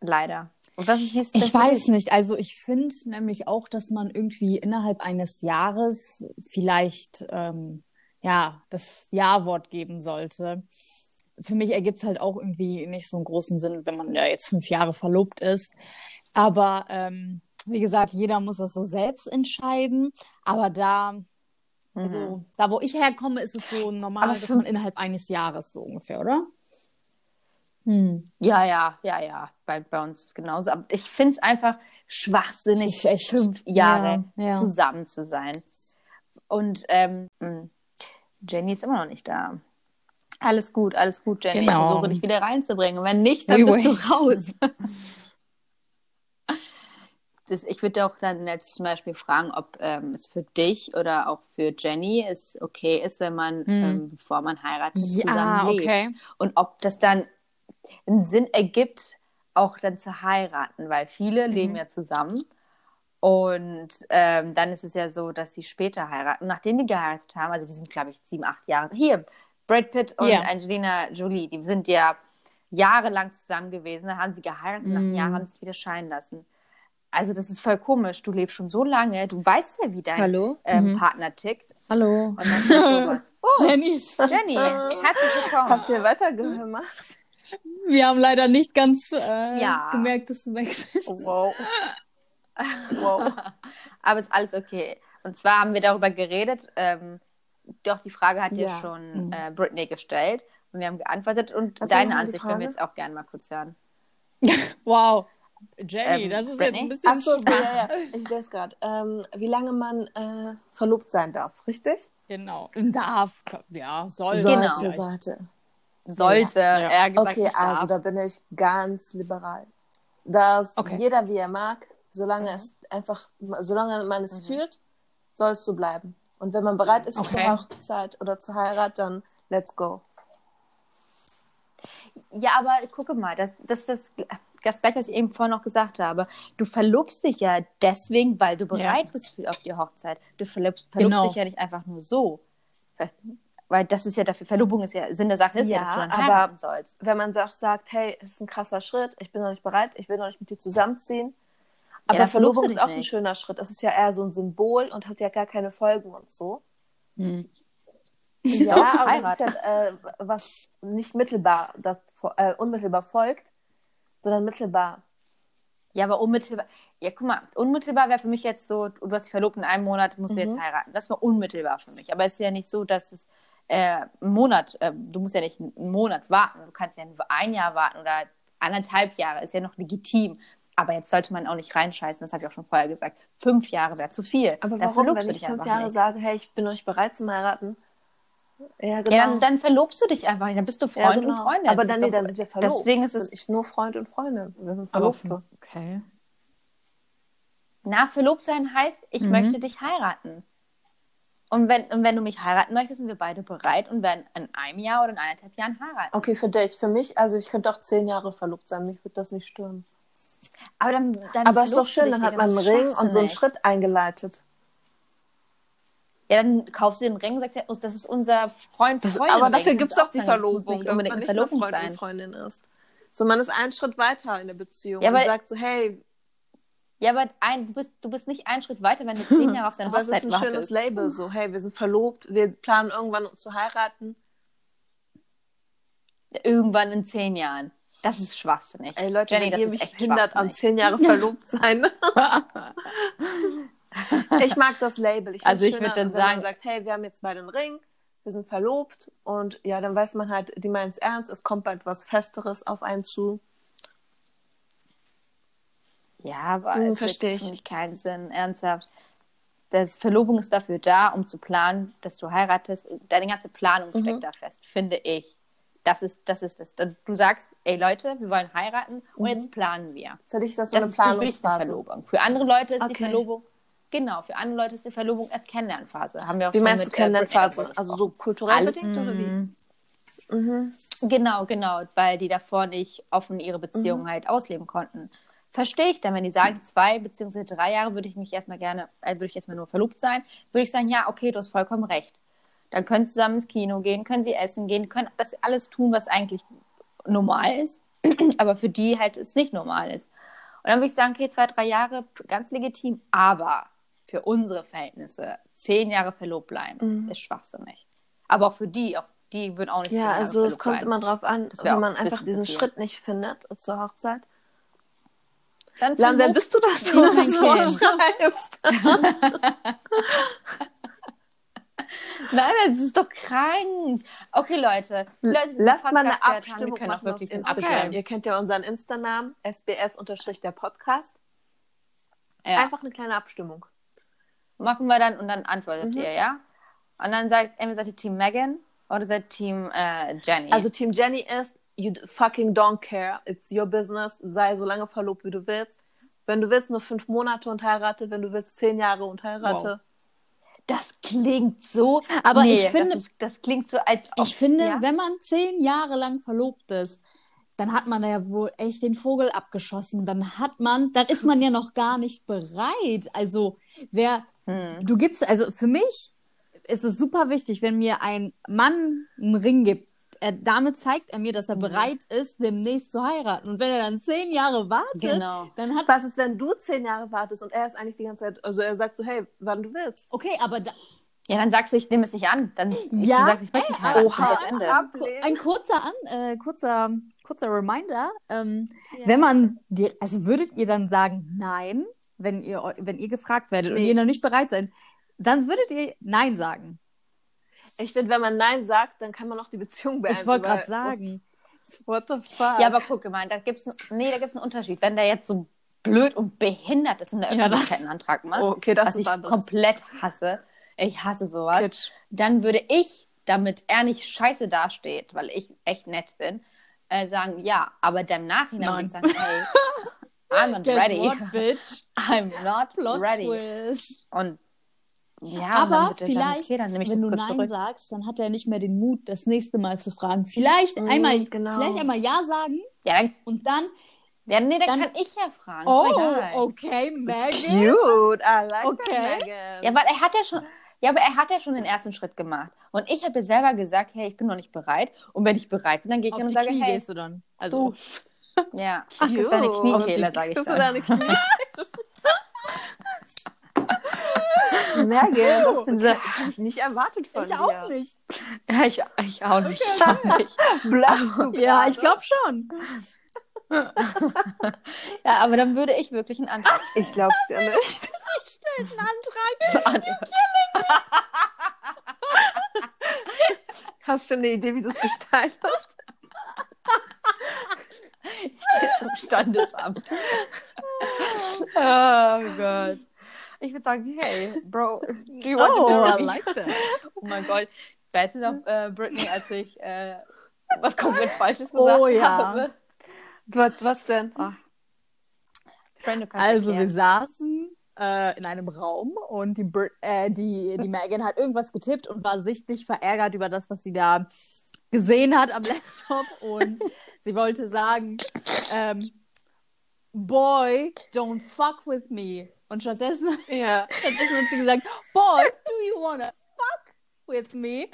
S3: leider. Und was ist, wie ist das
S2: Ich
S3: für
S2: weiß
S3: dich?
S2: nicht. Also ich finde nämlich auch, dass man irgendwie innerhalb eines Jahres vielleicht ähm, ja, das Ja-Wort geben sollte. Für mich ergibt es halt auch irgendwie nicht so einen großen Sinn, wenn man ja jetzt fünf Jahre verlobt ist. Aber ähm, wie gesagt, jeder muss das so selbst entscheiden. Aber da,
S3: Mhm.
S2: also, da wo ich herkomme, ist es so normal,
S3: Aber
S2: dass
S3: fünf-
S2: man innerhalb eines Jahres so ungefähr, oder? Hm.
S3: Ja, ja, ja, ja. Bei, bei uns ist es genauso. Aber ich finde es einfach schwachsinnig,
S2: Das ist echt-
S3: fünf Jahre
S2: Ja, ja.
S3: zusammen zu sein. Und ähm, mh, Jenny ist immer noch nicht da. Alles gut, alles gut, Jenny.
S2: Genau.
S3: Ich versuche dich wieder reinzubringen. Und wenn nicht, dann
S2: We
S3: bist du raus.
S2: wait.
S3: Das, ich würde auch dann jetzt zum Beispiel fragen, ob ähm, es für dich oder auch für Jenny es okay ist, wenn man, ähm, bevor man heiratet,
S2: Hm. Ja,
S3: zusammen lebt.
S2: Ah, okay.
S3: und ob das dann einen Sinn ergibt, auch dann zu heiraten, weil viele leben ja zusammen. Und ähm, dann ist es ja so, dass sie später heiraten, nachdem die geheiratet haben. Also die sind, glaube ich, sieben, acht Jahre. Hier, Brad Pitt und
S2: Ja.
S3: Angelina Jolie, die sind ja jahrelang zusammen gewesen. Dann haben sie geheiratet, nach einem Jahr haben sie sich wieder scheiden lassen. Also das ist voll komisch. Du lebst schon so lange, du weißt ja, wie dein
S5: Hallo?
S3: Ähm, Partner tickt.
S2: Hallo.
S3: Und dann ist sowas. Oh,
S2: Jenny, ist-
S3: Jenny, herzlich willkommen.
S1: Habt ihr weitergemacht?
S2: wir haben leider nicht ganz äh,
S3: Ja.
S2: gemerkt, dass du weg bist.
S1: Wow. Wow.
S3: Aber ist alles okay. Und zwar haben wir darüber geredet, ähm, doch die Frage hat ja,
S5: Ja.
S3: schon
S1: Mhm.
S3: äh, Britney gestellt und wir haben geantwortet und
S1: Was war
S3: deine
S1: nochmal die
S3: Ansicht können wir
S1: Frage?
S3: jetzt auch gerne mal kurz hören.
S2: Wow. Jenny,
S3: Ähm,
S2: das ist
S3: Britney?
S2: jetzt ein
S1: Ach
S2: bisschen
S1: so, ja, ja. Ich lese gerade. Ähm, wie lange man äh, verlobt sein darf, richtig?
S2: Genau. Darf. Ja, soll.
S3: Genau.
S2: vielleicht.
S5: Sollte.
S3: Sollte
S2: Ja.
S3: er gesagt
S1: Okay,
S3: nicht
S1: also
S3: also
S1: da bin ich ganz liberal. Dass
S2: Okay.
S1: jeder wie er mag, solange
S3: Mhm.
S1: es einfach, solange man es führt, sollst du bleiben. Und wenn man bereit ist
S2: Okay.
S1: zur Hochzeit oder zur Heirat, dann let's go. Oh.
S3: Ja, aber gucke mal, das, das, das, das gleiche, was ich eben vorhin noch gesagt habe. Du verlobst dich ja deswegen, weil du bereit bist für, auf die Hochzeit. Du verlobst, verlobst
S2: Genau.
S3: dich ja nicht einfach nur so. Weil das ist ja dafür, Verlobung ist ja, Sinn der Sache ist ja,
S1: Ja,
S3: dass du dann
S1: aber-
S3: heiraten sollst.
S1: Wenn man sagt, sagt hey, es ist ein krasser Schritt, ich bin noch nicht bereit, ich will noch nicht mit dir zusammenziehen. Aber
S3: dann verlobst du
S1: Verlobung
S3: dich
S1: ist auch ein
S3: nicht.
S1: schöner Schritt. Das ist ja eher so ein Symbol und hat ja gar keine Folgen und so.
S3: Hm.
S1: Ja,
S3: Doch,
S1: aber es ist
S3: heiraten.
S1: ja, äh, was nicht mittelbar, das fo- äh, unmittelbar folgt, sondern mittelbar.
S3: Ja, aber unmittelbar. Ja, guck mal, unmittelbar wäre für mich jetzt so, du hast dich verlobt in einem Monat, musst
S1: Mhm.
S3: du jetzt heiraten. Das war unmittelbar für mich. Aber es ist ja nicht so, dass es äh, einen Monat, äh, du musst ja nicht einen Monat warten. Du kannst ja ein Jahr warten oder anderthalb Jahre. Ist ja noch legitim. Aber jetzt sollte man auch nicht reinscheißen, das habe ich auch schon vorher gesagt. Fünf Jahre wäre zu viel.
S1: Aber
S3: Dann
S1: warum,
S3: verlobst
S1: wenn
S3: du
S1: ich
S3: dich
S1: fünf
S3: einfach
S1: Jahre
S3: nicht.
S1: sage, hey, ich bin euch bereit zum Heiraten? Ja, genau.
S3: Ja, dann, dann verlobst du dich einfach nicht. Dann bist du Freund
S1: ja, genau.
S3: und Freundin.
S1: Aber dann,
S3: Ist
S1: nee,
S3: doch-
S1: dann sind wir verlobt.
S3: Deswegen ist es
S1: ich nur Freund und Freundin. Wir sind
S2: Aber
S1: Verlobte.
S2: okay.
S3: Na, verlobt sein heißt, ich möchte dich heiraten. Und wenn, und wenn du mich heiraten möchtest, sind wir beide bereit und werden in einem Jahr oder in eineinhalb Jahren heiraten.
S1: Okay, für dich. Für mich, also ich könnte auch zehn Jahre verlobt sein. Mich würde das nicht stören.
S3: Aber dann, dann
S1: Aber ist doch
S3: verlobst du
S1: schön,
S3: dich
S1: dann
S3: nicht.
S1: hat man einen
S3: Das ist
S1: Ring und so einen
S3: schwachsinnig.
S1: Schritt eingeleitet.
S3: Ja, dann kaufst du den Ring und sagst, ja, oh, das ist unser Freund. Freundin-Ring. Kannst du auch sagen, Das muss nicht unbedingt eine Verlobung sein.
S1: Freundin ist. So, man ist einen Schritt weiter in der Beziehung
S3: Ja,
S1: und
S3: aber-
S1: sagt so, hey,
S3: Ja, aber ein, du, bist, du bist nicht einen Schritt weiter, wenn du zehn Jahre auf deine
S1: aber es ist
S3: Hochzeit
S1: ein schönes
S3: wartest.
S1: Label, so, hey, wir sind verlobt, wir planen irgendwann zu heiraten.
S3: Irgendwann in zehn Jahren. Das ist schwachsinnig.
S1: Ey Leute,
S3: Jenny,
S1: wenn
S3: das
S1: ihr
S3: ist
S1: mich
S3: echt
S1: hindert an
S3: schwachsinnig.
S1: zehn Jahre verlobt sein. ich mag das Label. Ich
S3: Also
S1: find's
S3: ich würd
S1: schöner,
S3: dann
S1: wenn
S3: sagen-
S1: man sagt, hey, wir haben jetzt beide einen Ring, wir sind verlobt und ja, dann weiß man halt, die meint's ernst, es kommt bald was Festeres auf einen zu.
S3: Ja, aber
S1: Hm,
S3: es
S1: versteh
S3: verstehe
S1: ich.
S3: für mich keinen Sinn, ernsthaft. Das Verlobung ist dafür da, um zu planen, dass du heiratest. Deine ganze Planung
S1: Mhm.
S3: steckt da fest, finde ich. Das ist das. Ist das. Du sagst, ey Leute, wir wollen heiraten und jetzt planen wir.
S1: Für dich ist das Mhm. so
S3: Das
S1: eine
S3: ist für mich eine
S1: Planungsphase.
S3: Verlobung. Für andere Leute ist die
S1: Okay.
S3: Verlobung, genau, für andere Leute ist die Verlobung erst Kennenlernphase. Haben wir auch
S1: Wie
S3: schon
S1: meinst du
S3: mit, äh, Britney
S1: Kennenlernphase?
S3: darüber
S1: Also
S3: gesprochen.
S1: so kulturell
S3: Alles-
S1: bedingt oder wie?
S3: Genau, genau, weil die davor nicht offen ihre Beziehung
S1: Mhm.
S3: halt ausleben konnten. Verstehe ich dann, wenn die sagen, zwei beziehungsweise drei Jahre würde ich mich erstmal gerne, äh, würde ich erstmal nur verlobt sein, würde ich sagen, ja, okay, du hast vollkommen recht. Dann können sie zusammen ins Kino gehen, können sie essen gehen, können das alles tun, was eigentlich normal ist, aber für die halt es nicht normal ist. Und dann würde ich sagen, okay, zwei, drei Jahre, ganz legitim, aber für unsere Verhältnisse zehn Jahre verlobt bleiben, ist schwachsinnig. Aber auch für die, auch die würden auch nicht zehn
S1: Mhm. Ja,
S3: Jahre
S1: also es
S3: verlobt
S1: kommt
S3: sein.
S1: immer drauf an,
S3: Das wär
S1: wenn
S3: auch
S1: man
S3: ein
S1: einfach
S3: bisschen
S1: diesen
S3: zu viel.
S1: Schritt nicht findet äh, zur Hochzeit.
S3: Dann
S1: Lan, wer
S3: verlobt-
S1: bist du, dass du
S2: Ja,
S1: uns das so
S2: mein Kind.
S1: schreibst?
S3: Nein, das ist doch krank. Okay, Leute. Leute, die
S1: Lasst
S3: den
S1: mal eine
S3: Podcast gehört haben,
S1: Abstimmung
S3: Wir können auch
S1: machen auf
S3: wirklich den
S1: Instagram.
S3: Abstimmung.
S1: Ihr kennt ja unseren Insta-Namen, sbs-der Podcast.
S3: Ja.
S1: Einfach eine kleine Abstimmung.
S3: machen wir dann und dann antwortet
S1: Mhm.
S3: ihr, ja? Und dann sagt, entweder seid ihr Team Megan oder seid Team äh, Jenny.
S1: Also Team Jenny ist, you d- fucking don't care. It's your business. Sei so lange verlobt, wie du willst. Wenn du willst, nur fünf Monate und heirate. Wenn du willst, zehn Jahre und heirate.
S3: das klingt so.
S2: Aber ich finde-
S3: das, ist, das klingt so, als ob.
S2: Ich finde,
S3: ja?
S2: wenn man zehn Jahre lang verlobt ist, dann hat man da ja wohl echt den Vogel abgeschossen. Dann hat man, dann ist man ja noch gar nicht bereit. Also, wer,
S3: Hm.
S2: du gibst, also für mich ist es super wichtig, wenn mir ein Mann einen Ring gibt. Er, damit zeigt er mir, dass
S3: Mhm.
S2: er bereit ist, demnächst zu heiraten. Und wenn er dann zehn Jahre wartet,
S3: Genau.
S2: dann hat
S1: Was ist, wenn du zehn Jahre wartest und er ist eigentlich die ganze Zeit, also er sagt so, hey, wann du willst.
S2: Okay, aber da,
S3: Ja, dann sagst du, ich nehme es nicht an. Dann
S2: Ja,
S3: ja, sagst du, ich möchte nicht
S2: ey,
S3: heiraten.
S2: oha.
S3: Das Ende.
S2: Ku-
S1: Ablehnen.
S2: ein kurzer An, äh, kurzer, kurzer Reminder. Ähm, Wenn man dir, also würdet ihr dann sagen Nein, wenn ihr, eu- wenn ihr gefragt werdet und
S1: Nee.
S2: ihr noch nicht bereit seid, dann würdet ihr Nein sagen.
S1: Ich finde, wenn man Nein sagt, dann kann man auch die Beziehung beenden.
S3: Also
S2: ich wollte gerade
S1: weil-
S2: sagen.
S1: What the fuck?
S3: Ja, aber guck mal, da gibt's einen, nee, da gibt's einen Unterschied. Wenn der jetzt so blöd und behindert ist und der
S2: Ja, das-
S3: Öffentlichkeit einen Antrag macht,
S1: Oh, okay, das
S3: was
S1: ist
S3: ich
S1: anderes.
S3: komplett hasse, ich hasse sowas,
S1: Kitsch.
S3: dann würde ich, damit er nicht scheiße dasteht, weil ich echt nett bin, äh, sagen, ja, aber dann im Nachhinein würde ich
S2: Nein.
S3: sagen, hey, I'm not
S2: Guess
S3: ready.
S2: what, bitch?
S3: I'm not
S2: Plot
S3: ready.
S2: twist.
S3: Und ja, und dann
S2: aber
S3: würde ich sagen,
S2: vielleicht,
S3: okay, dann nehme ich
S2: wenn
S3: das
S2: du
S3: kurz
S2: Nein
S3: zurück.
S2: sagst, dann hat er nicht mehr den Mut, das nächste Mal zu fragen. Vielleicht einmal,
S1: genau.
S2: vielleicht einmal Ja sagen
S3: Ja, dann,
S2: und dann,
S3: ja, nee, dann,
S2: Dann-
S3: kann ich ja fragen.
S2: oh,
S3: ist doch egal.
S2: okay, Maggie.
S1: Cute, I like
S2: Okay.
S1: that, Megan.
S3: Ja, weil er hat ja schon, ja, aber er hat ja schon den ersten Schritt gemacht. Und ich habe ja selber gesagt, hey, ich bin noch nicht bereit. Und wenn ich bereit bin, dann gehe ich
S2: Auf
S3: hin und
S2: die
S3: sage,
S2: Knie
S3: hey,
S2: gehst du dann. Also,
S3: ja, ach, küsst deine Kniekehle, sage ich dann.
S1: Knie? Merke, das sind-
S3: So.
S1: hab ich nicht erwartet von
S2: ich
S1: dir.
S2: auch nicht.
S3: Ja, ich, ich auch nicht. Ich auch nicht.
S1: Bluffst du
S2: Ja,
S1: gerade?
S2: ich glaube schon.
S3: Ja, aber dann würde ich wirklich einen Antrag.
S1: Ich glaub's dir nicht. Hast du eine Idee, wie du es gestaltest?
S3: Ich gehe zum Standesamt. oh Gott. Ich würde sagen, hey, Bro, do you want to marry me? Oh mein Gott. Weißt du noch, äh, Britney, als ich äh, was komplett Falsches gesagt
S2: Oh ja.
S3: habe?
S1: Was, was denn?
S3: Freunde, kannst
S2: Also
S3: du
S2: wir
S3: klären.
S2: saßen äh, in einem Raum und die, Brit äh, die, die Megan hat irgendwas getippt und war sichtlich verärgert über das, was sie da gesehen hat am Laptop und sie wollte sagen, ähm, Boy, don't fuck with me. Und stattdessen,
S1: Ja.
S2: stattdessen hat sie gesagt, Boy, do you wanna fuck with me?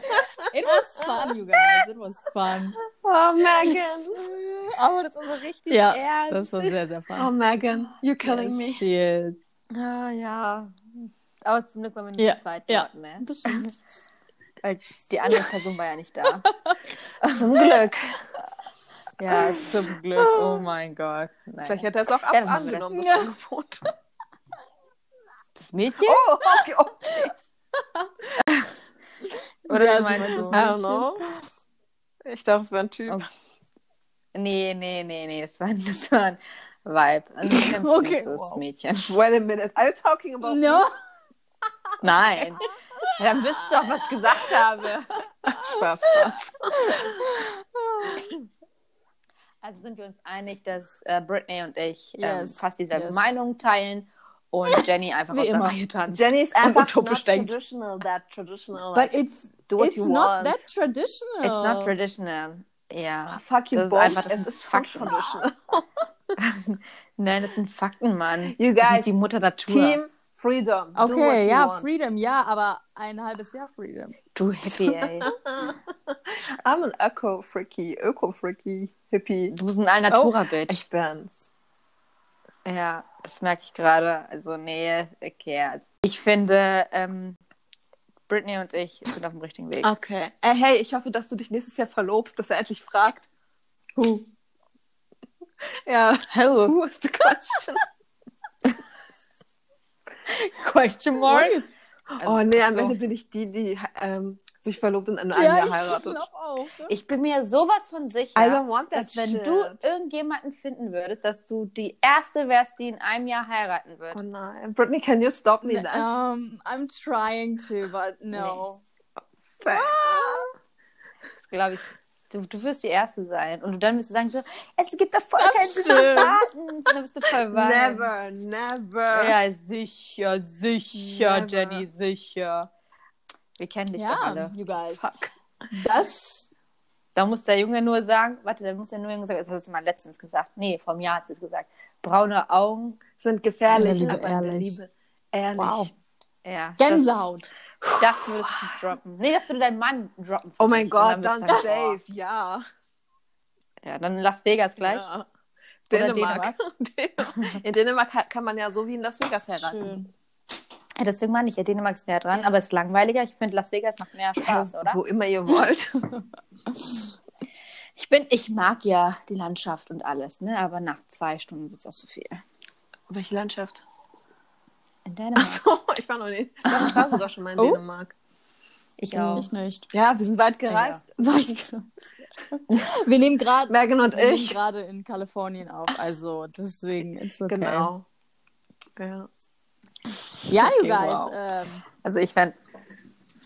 S2: It was fun, you guys. It was fun.
S1: Oh, Megan.
S3: Aber das ist so richtig
S2: Ja,
S3: ernst.
S2: Das war sehr, sehr
S1: Oh,
S2: fun.
S1: Megan, you're killing
S2: Yes,
S1: me.
S2: shit.
S3: Ah, ja. Aber zum Glück waren wir nicht
S2: Ja,
S3: zu zweit
S2: ja.
S3: dort, ne? Weil die andere Person war ja nicht da.
S1: Zum Glück.
S3: Ja, zum Glück. Oh mein Gott. Nein.
S1: Vielleicht hätte er es auch ab
S3: Ja, dann haben wir
S1: angenommen, das
S2: Ja.
S1: Angebot.
S3: das Mädchen?
S1: Oh, okay, okay.
S3: Oder
S2: Ja,
S3: wie
S2: sie
S3: meinst halt.
S2: meinte
S3: du?
S2: es
S1: I don't know. Ich dachte, es wäre ein Typ.
S3: Okay. Nee, nee, nee, nee. Das war, das war ein Vibe. Also, ich kenn's
S2: Okay,
S3: nicht, das
S2: wow.
S3: Mädchen.
S1: Wait a minute. Are you talking about me?
S2: No.
S3: Nein. Ja, dann wisst ihr doch, was ich gesagt habe.
S1: Spaß, Spaß.
S3: Also sind wir uns einig, dass äh, Britney und ich ähm,
S2: Yes,
S3: fast dieselbe
S2: yes.
S3: Meinung teilen und Jenny einfach
S2: Wie
S3: aus der
S2: immer.
S3: Reihe tanzt.
S1: Jenny ist einfach
S2: utopisch
S1: not
S2: denkt.
S1: traditional, that traditional.
S2: But
S1: Like,
S2: it's
S1: do what
S2: it's
S1: you
S2: not
S1: want.
S2: that traditional.
S3: It's not traditional. Ja.
S1: Ah, fuck you,
S3: Das ist
S1: Bob.
S3: einfach- das
S1: es
S3: ist
S1: ist schon
S3: Fakten.
S1: traditional.
S3: Nein, das sind Fakten, Mann.
S1: You
S3: Das
S1: guys,
S3: ist die Mutter Natur.
S1: Team Freedom. do what
S2: okay,
S1: you
S2: ja,
S1: want.
S2: Freedom, ja, aber ein halbes Jahr Freedom.
S3: Du Hippie, ey.
S1: I'm an Öko-Freaky, Öko-Freaky, Hippie.
S3: Du bist ein Allnatura-Bitch.
S1: Ich bin's.
S3: Oh, Ja, das merke ich gerade. Also, nee, okay. Also, ich finde, ähm, Britney und ich sind auf dem richtigen Weg.
S1: Okay. Äh, hey, ich hoffe, dass du dich nächstes Jahr verlobst, dass er endlich fragt. Huh. Ja.
S3: Hello.
S1: Who is the question?
S3: Question mark?
S1: oh nee, am
S3: so.
S1: Ende bin ich die, die ähm, sich verlobt und in einem
S2: Ja,
S1: Jahr
S2: ich
S1: heiratet.
S2: glaube auch. ne?
S3: Ich bin mir sowas von sicher,
S1: I don't want that
S3: dass wenn
S1: shit.
S3: du irgendjemanden finden würdest, dass du die erste wärst, die in einem Jahr heiraten wird.
S1: Oh nein. Britney, can you stop me now?
S2: Um, I'm trying to, but no.
S1: ah,
S3: Das glaube ich. Du, du wirst die Erste sein. Und dann wirst du sagen so, es gibt doch voll
S2: Das
S3: keinen Sinn zu
S2: stimmt.
S3: warten. Und dann bist du voll warm.
S1: Never, never.
S3: Ja, sicher, sicher,
S1: Never.
S3: Jenny, sicher. Wir kennen dich doch
S2: Ja,
S3: alle.
S2: you guys.
S1: Fuck.
S2: Das,
S3: Da muss der Junge nur sagen, warte, da muss der Junge sagen, das hast du mal letztens gesagt. Nee, vom Jahr hat sie es gesagt. Braune Augen,
S1: Sind gefährlich,
S2: Liebe,
S1: aber
S2: ehrlich.
S1: Liebe. Ehrlich.
S2: Wow.
S3: ja.
S2: Gänsehaut.
S3: Das, das würdest du droppen. Nee, das würde dein Mann droppen.
S1: Oh mein Gott,
S3: Und
S1: dann
S3: bist du dann-
S1: safe, ja.
S3: oh. Ja, dann Las Vegas gleich.
S1: ja.
S3: Oder
S1: Dänemark. Dänemark. In Dänemark ha- kann man ja so wie in Las Vegas heiraten.
S2: Schön.
S3: Ja, deswegen meine ich ja, Dänemark ist näher dran, aber es ist langweiliger. Ich finde, Las Vegas macht mehr Spaß, oder?
S1: Also, Wo immer ihr wollt.
S3: Ich bin, ich mag ja die Landschaft und alles, ne? Aber nach zwei Stunden wird es auch zu viel.
S1: Welche Landschaft?
S3: In Dänemark.
S1: So, ich war noch nicht. Ich glaub, Ich war sogar schon mal in
S2: Oh.
S1: Dänemark.
S3: Ich auch.
S2: Ich nicht. ne?
S1: Ja, wir sind weit gereist.
S2: War ich Wir nehmen gerade
S1: Megan und
S2: wir nehmen
S1: ich.
S2: gerade in Kalifornien auf, also deswegen ist okay.
S1: Genau. Ja.
S2: Ja, you
S3: Okay,
S2: guys,
S3: wow.
S2: ähm,
S3: Also ich fand.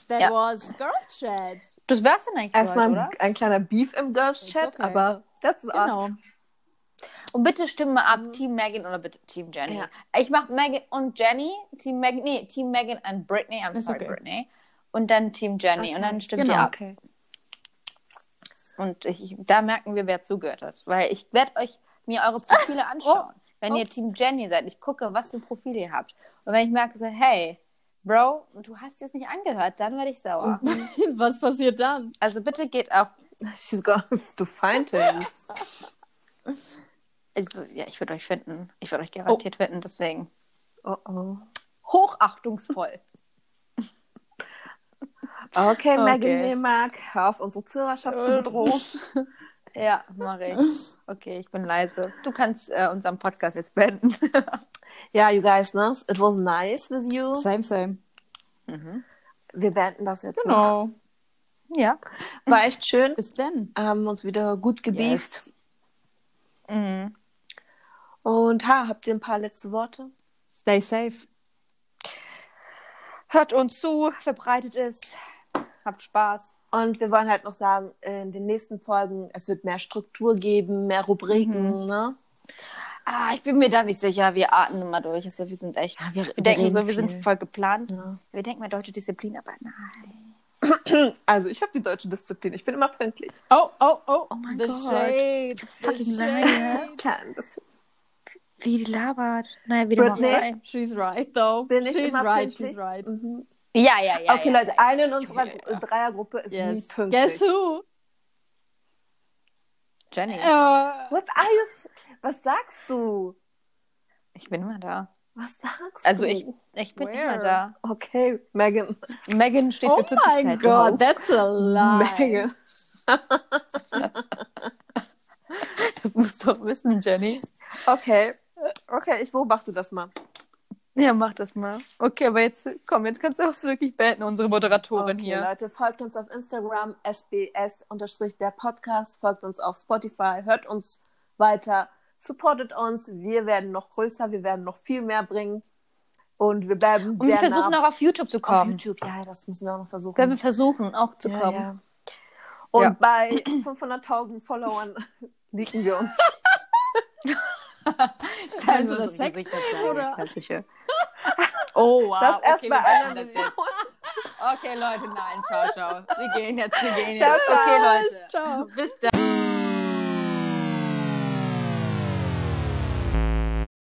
S2: that
S3: Ja.
S2: was Girl Chat.
S3: Das wär's dann eigentlich für
S1: Erstmal
S3: heute, oder?
S1: ein, ein kleiner Beef im Girls Chat,
S2: okay.
S1: aber that's
S2: Genau.
S1: us.
S3: Und bitte stimme mal ab, Team Megan oder bitte Team Jenny.
S1: Mhm. Ja.
S3: Ich mach Megan und Jenny, Team Megan, nee, Team Megan und Britney, I'm
S2: Ist
S3: sorry,
S2: okay.
S3: Britney. Und dann Team Jenny. Und dann stimmt ihr ab.
S1: Okay. Genau.
S3: Und ich, ich, da merken wir, wer zugehört hat. Weil ich werde euch mir eure
S1: Oh.
S3: Profile anschauen. wenn ihr Team Jenny seid, ich gucke, was für Profile ihr habt. Und wenn ich merke, so, hey, Bro, du hast jetzt nicht angehört, dann werde ich sauer.
S1: Oh.
S2: Was passiert dann?
S3: Also bitte geht auch.
S1: She's gone to find him.
S3: Also, ja, ich würde euch finden. Ich würde euch garantiert finden, deswegen.
S1: Oh oh.
S3: Hochachtungsvoll.
S1: Okay, Äh. Megan
S3: Okay.
S1: Dänemark, hör auf unsere Zuhörerschaft zu bedrohen.
S3: ja, mache ich. Okay, ich bin leise. Du kannst äh, unseren Podcast jetzt beenden.
S1: Ja, you guys, ne? It was nice with you.
S2: Same, same.
S1: Wir beenden das jetzt. Genau.
S2: Genau.
S3: ja.
S1: War echt schön.
S2: Bis dann.
S1: Haben uns wieder gut gebieft.
S2: Yes.
S3: Mhm.
S1: Und ha, habt ihr ein paar letzte Worte?
S2: Stay safe.
S3: Hört uns zu, verbreitet es. Habt Spaß.
S1: Und wir wollen halt noch sagen, in den nächsten Folgen, es wird mehr Struktur geben, mehr Rubriken, ne?
S3: Ah, ich bin mir da nicht sicher. Wir atmen immer durch. Also wir sind echt. wir, denken
S1: reden
S3: so, wir
S1: viel.
S3: sind voll geplant.
S1: Ja.
S3: Wir denken mal deutsche Disziplin, aber nein.
S1: Also ich habe die deutsche Disziplin, ich bin immer pünktlich.
S2: Oh, oh, oh. Oh
S3: mein
S2: The
S3: Gott.
S2: shade. The
S3: Fucking
S2: shade.
S1: Klein bisschen.
S3: Wie die labert. Naja, wie die
S1: Britney.
S3: sein.
S2: She's right, though.
S1: Bin ich
S2: she's
S1: immer
S2: right,
S1: pünktlich?
S2: she's right.
S1: Mhm.
S3: Ja, ja, ja.
S1: okay,
S3: ja,
S1: Leute,
S3: ja.
S1: eine in unserer Dreiergruppe ist nie
S2: Yes. Guess
S1: pünktlich.
S2: who?
S3: Jenny,
S2: Äh,
S1: What are you? Was sagst du?
S3: ich bin immer da.
S1: Was sagst
S3: Also
S1: du?
S3: ich, ich bin
S2: Where?
S3: immer da.
S1: Okay, Megan.
S3: Megan steht
S2: oh
S3: für
S2: mein
S3: Pünktlichkeit.
S2: Gott, that's a lie.
S1: Megan.
S3: Das musst du doch wissen, Jenny.
S1: Okay. Okay, ich beobachte das mal.
S3: Ja, mach das mal. Okay, aber jetzt, komm, jetzt kannst du es wirklich beenden, unsere Moderatorin
S1: Okay,
S3: hier.
S1: Leute, folgt uns auf Instagram, SBS unterstrich der Podcast, folgt uns auf Spotify, hört uns weiter, supportet uns. Wir werden noch größer, wir werden noch viel mehr bringen. Und wir bleiben
S3: Und wir
S1: sehr
S3: versuchen
S1: nah
S3: auch auf YouTube zu
S1: auf
S3: kommen.
S1: YouTube. Ja, das müssen wir auch noch versuchen.
S3: Wenn wir versuchen, auch zu
S1: ja,
S3: kommen.
S1: Ja. Und
S3: Ja.
S1: bei 500.000 Followern liegen wir uns.
S2: Teil
S3: Also
S2: so
S3: das
S2: das Sex
S3: Sextape,
S2: oder?
S3: Klassische.
S2: Oh, wow.
S1: Das erst
S3: okay,
S1: bei
S3: wir machen
S1: einer
S3: das
S1: Million.
S3: Okay, Leute, nein, ciao, ciao. Wir gehen jetzt, wir gehen jetzt.
S1: Ciao, ciao.
S3: Okay, Leute.
S2: Ciao.
S3: Bis dann.